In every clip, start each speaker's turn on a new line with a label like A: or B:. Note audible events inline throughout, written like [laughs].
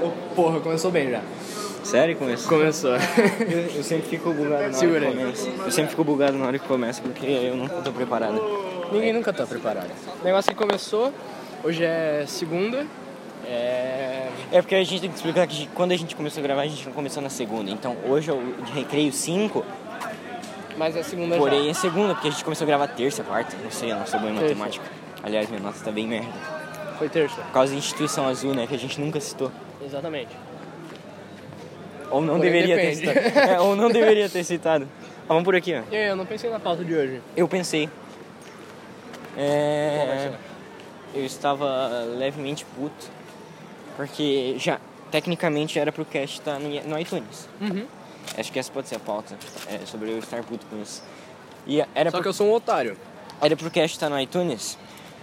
A: Oh, porra, começou bem já.
B: Sério, começou?
A: Começou.
B: Eu, eu sempre fico bugado na
A: Segura
B: hora
A: aí.
B: que começa. Eu sempre fico bugado na hora que começa porque eu não tô preparado.
A: [laughs] Ninguém nunca tá preparado. O negócio que começou, hoje é segunda. É.
B: É porque a gente tem que explicar que quando a gente começou a gravar, a gente não começou na segunda. Então hoje é o de recreio 5,
A: Mas é segunda
B: porém
A: já.
B: é segunda, porque a gente começou a gravar terça, quarta. Não sei, eu não sou bom em
A: Terça.
B: matemática. Aliás, minha nota tá bem merda.
A: Foi terça.
B: Por causa da instituição azul, né, que a gente nunca citou.
A: Exatamente.
B: Ou não
A: Porém,
B: deveria ter
A: depende.
B: citado. É, ou não deveria ter citado. Ó, vamos por aqui, ó.
A: E aí, eu não pensei na pauta de hoje.
B: Eu pensei.
A: Qual vai
B: É,
A: ser?
B: eu estava levemente puto. Porque já, tecnicamente, era pro cast estar no, no iTunes.
A: Uhum.
B: Acho que essa pode ser a pauta. É, sobre eu estar puto com isso. E era,
A: Só
B: pro,
A: que eu sou um otário.
B: era pro cast estar no iTunes.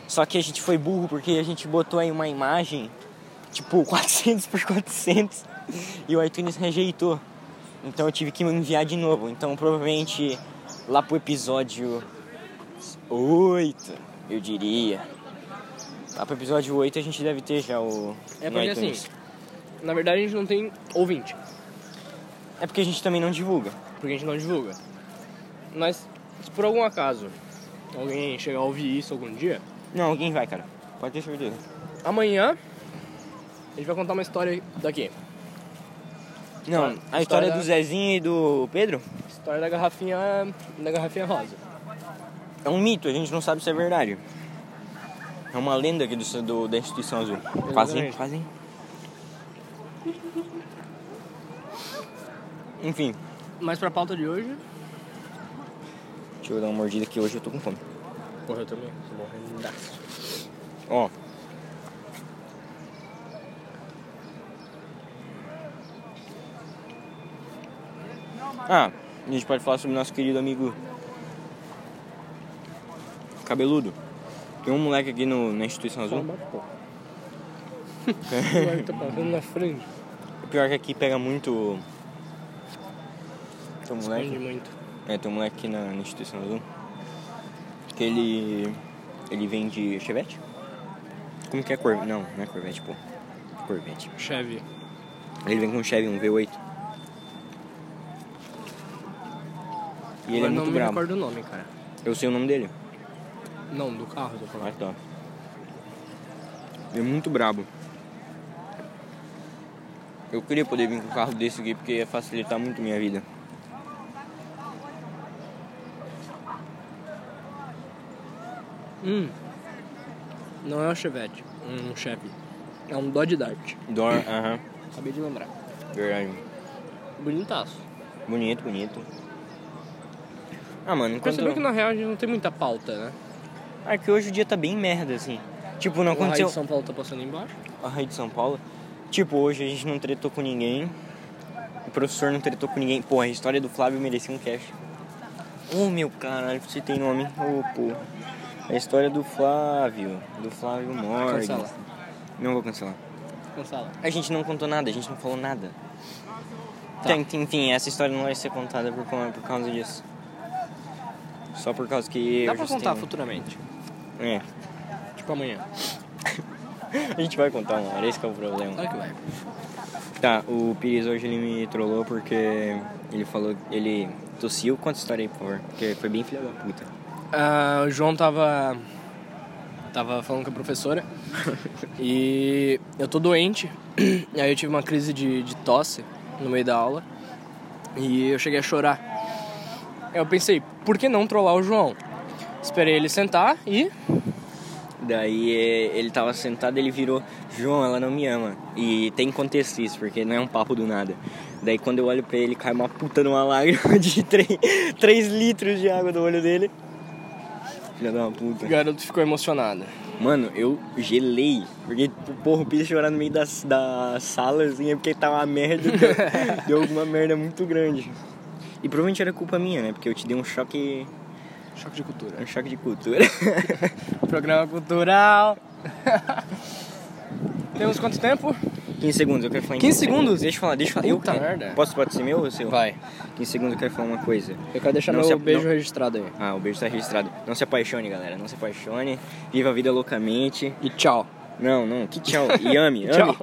B: Só que a gente foi burro porque a gente botou aí uma imagem, tipo [laughs] 400 por 400, e o iTunes rejeitou. Então eu tive que me enviar de novo. Então provavelmente lá pro episódio 8, eu diria. Lá pro episódio 8 a gente deve ter já o.
A: É
B: no
A: porque assim,
B: iTunes.
A: na verdade a gente não tem ouvinte,
B: É porque a gente também não divulga.
A: porque a gente não divulga. Mas se por algum acaso alguém chegar a ouvir isso algum dia,
B: Não, alguém vai, cara. Pode ter certeza.
A: amanhã a gente vai contar uma história daqui.
B: Não,
A: História-
B: a história
A: história-
B: do Zezinho e do Pedro
A: História da garrafinha. da garrafinha rosa.
B: é um mito, a gente não sabe se é verdade. É uma lenda aqui do, do- da instituição azul. Quase,
A: Exatamente.
B: quase. Enfim,
A: Mas pra pauta de hoje.
B: deixa eu dar uma mordida que hoje eu tô com fome.
A: Porra, eu também. Tô morrendo
B: Ó. Ah, a gente pode falar sobre nosso querido amigo cabeludo. Tem um moleque aqui no, na instituição azul. [laughs]
A: tá passando na frente.
B: O pior é que aqui pega muito. Tem um
A: Esconde
B: moleque.
A: muito.
B: É, tem um moleque aqui na, na instituição azul. Que ele. ele vende chevette? Como que é corvette? Não, não é corvette, pô. Corvette.
A: Chevy.
B: Ele vem com um Chevy, um V8. E ele é
A: Agora não
B: muito
A: me
B: bravo.
A: recordo o nome, cara.
B: Eu sei o nome dele.
A: Não, do carro, tô falando.
B: Olha só. Ele é muito brabo. Eu queria poder vir com um carro desse aqui porque ia facilitar muito minha vida.
A: Hum. Não é um Chevette, um Chevy. É um Dodge Dart.
B: Dor, aham.
A: Acabei de lembrar.
B: Verdade.
A: Bonitaço.
B: Bonito, bonito. Ah, mano, quando...
A: Percebeu que na real a gente não tem muita pauta, né?
B: Ah, que hoje o dia tá bem merda, assim. Tipo, não
A: O Raio
B: aconteceu...
A: de São Paulo tá passando embaixo.
B: a Rede de São Paulo. Tipo, hoje a gente não tretou com ninguém. O professor não tretou com ninguém. Porra, a história do Flávio merecia um cash. Ô meu caralho, você tem nome. Ô porra. A história do Flávio. Do Flávio Morgan.
A: Cancela.
B: Não vou cancelar.
A: Cancela.
B: A gente não contou nada, a gente não falou nada.
A: Tá.
B: Tem- tem- Enfim, essa história não vai ser contada por, con- por causa disso. Só por causa que.
A: Dá
B: eu um.
A: pra
B: já
A: contar
B: tenho-
A: futuramente.
B: É.
A: Tipo amanhã.
B: A gente vai contar uma hora, esse que é o problema.
A: Claro que vai.
B: Tá, o Pires hoje ele me trollou porque ele falou. Ele tossiu. Conta a história aí, por favor. Porque foi bem filha da puta.
A: Ah, o João tava. Tava falando com a professora. e eu tô doente. [clears throat] E aí eu tive uma crise de, de tosse no meio da aula. E eu cheguei a chorar. Aí Eu pensei, por que não trollar o João? Esperei ele sentar e.
B: Daí é, ele tava sentado ele virou: João, ela não me ama. E tem contexto isso, porque não é um papo do nada. Daí quando eu olho pra ele, cai uma [laughs] puta numa lágrima de 3, litros de água do olho dele. Filha da uma puta.
A: O garoto ficou emocionado.
B: Mano, eu gelei. Porque, porra, o Pires chorar no meio da, da sala, assim, é porque tava uma merda. [laughs] Deu, deu alguma merda muito grande. E provavelmente era culpa minha, né? Porque eu te dei um choque.
A: Choque de cultura.
B: Um choque de cultura. [laughs]
A: Programa cultural. Temos quanto tempo?
B: 15 segundos, eu quero falar em
A: 15 segundos?
B: Deixa eu falar, deixa eu falar. Eu,
A: Puta merda.
B: Posso, pode ser meu ou seu?
A: Vai.
B: 15 segundos eu quero falar uma coisa.
A: Eu quero deixar
B: Não se
A: meu
B: ap-
A: beijo
B: não-
A: registrado aí.
B: Ah, o beijo tá registrado. Não se apaixone, galera. Não se apaixone. Viva a vida loucamente.
A: E tchau. [laughs]
B: Não, não. Que tchau. E ame, ame.
A: Tchau.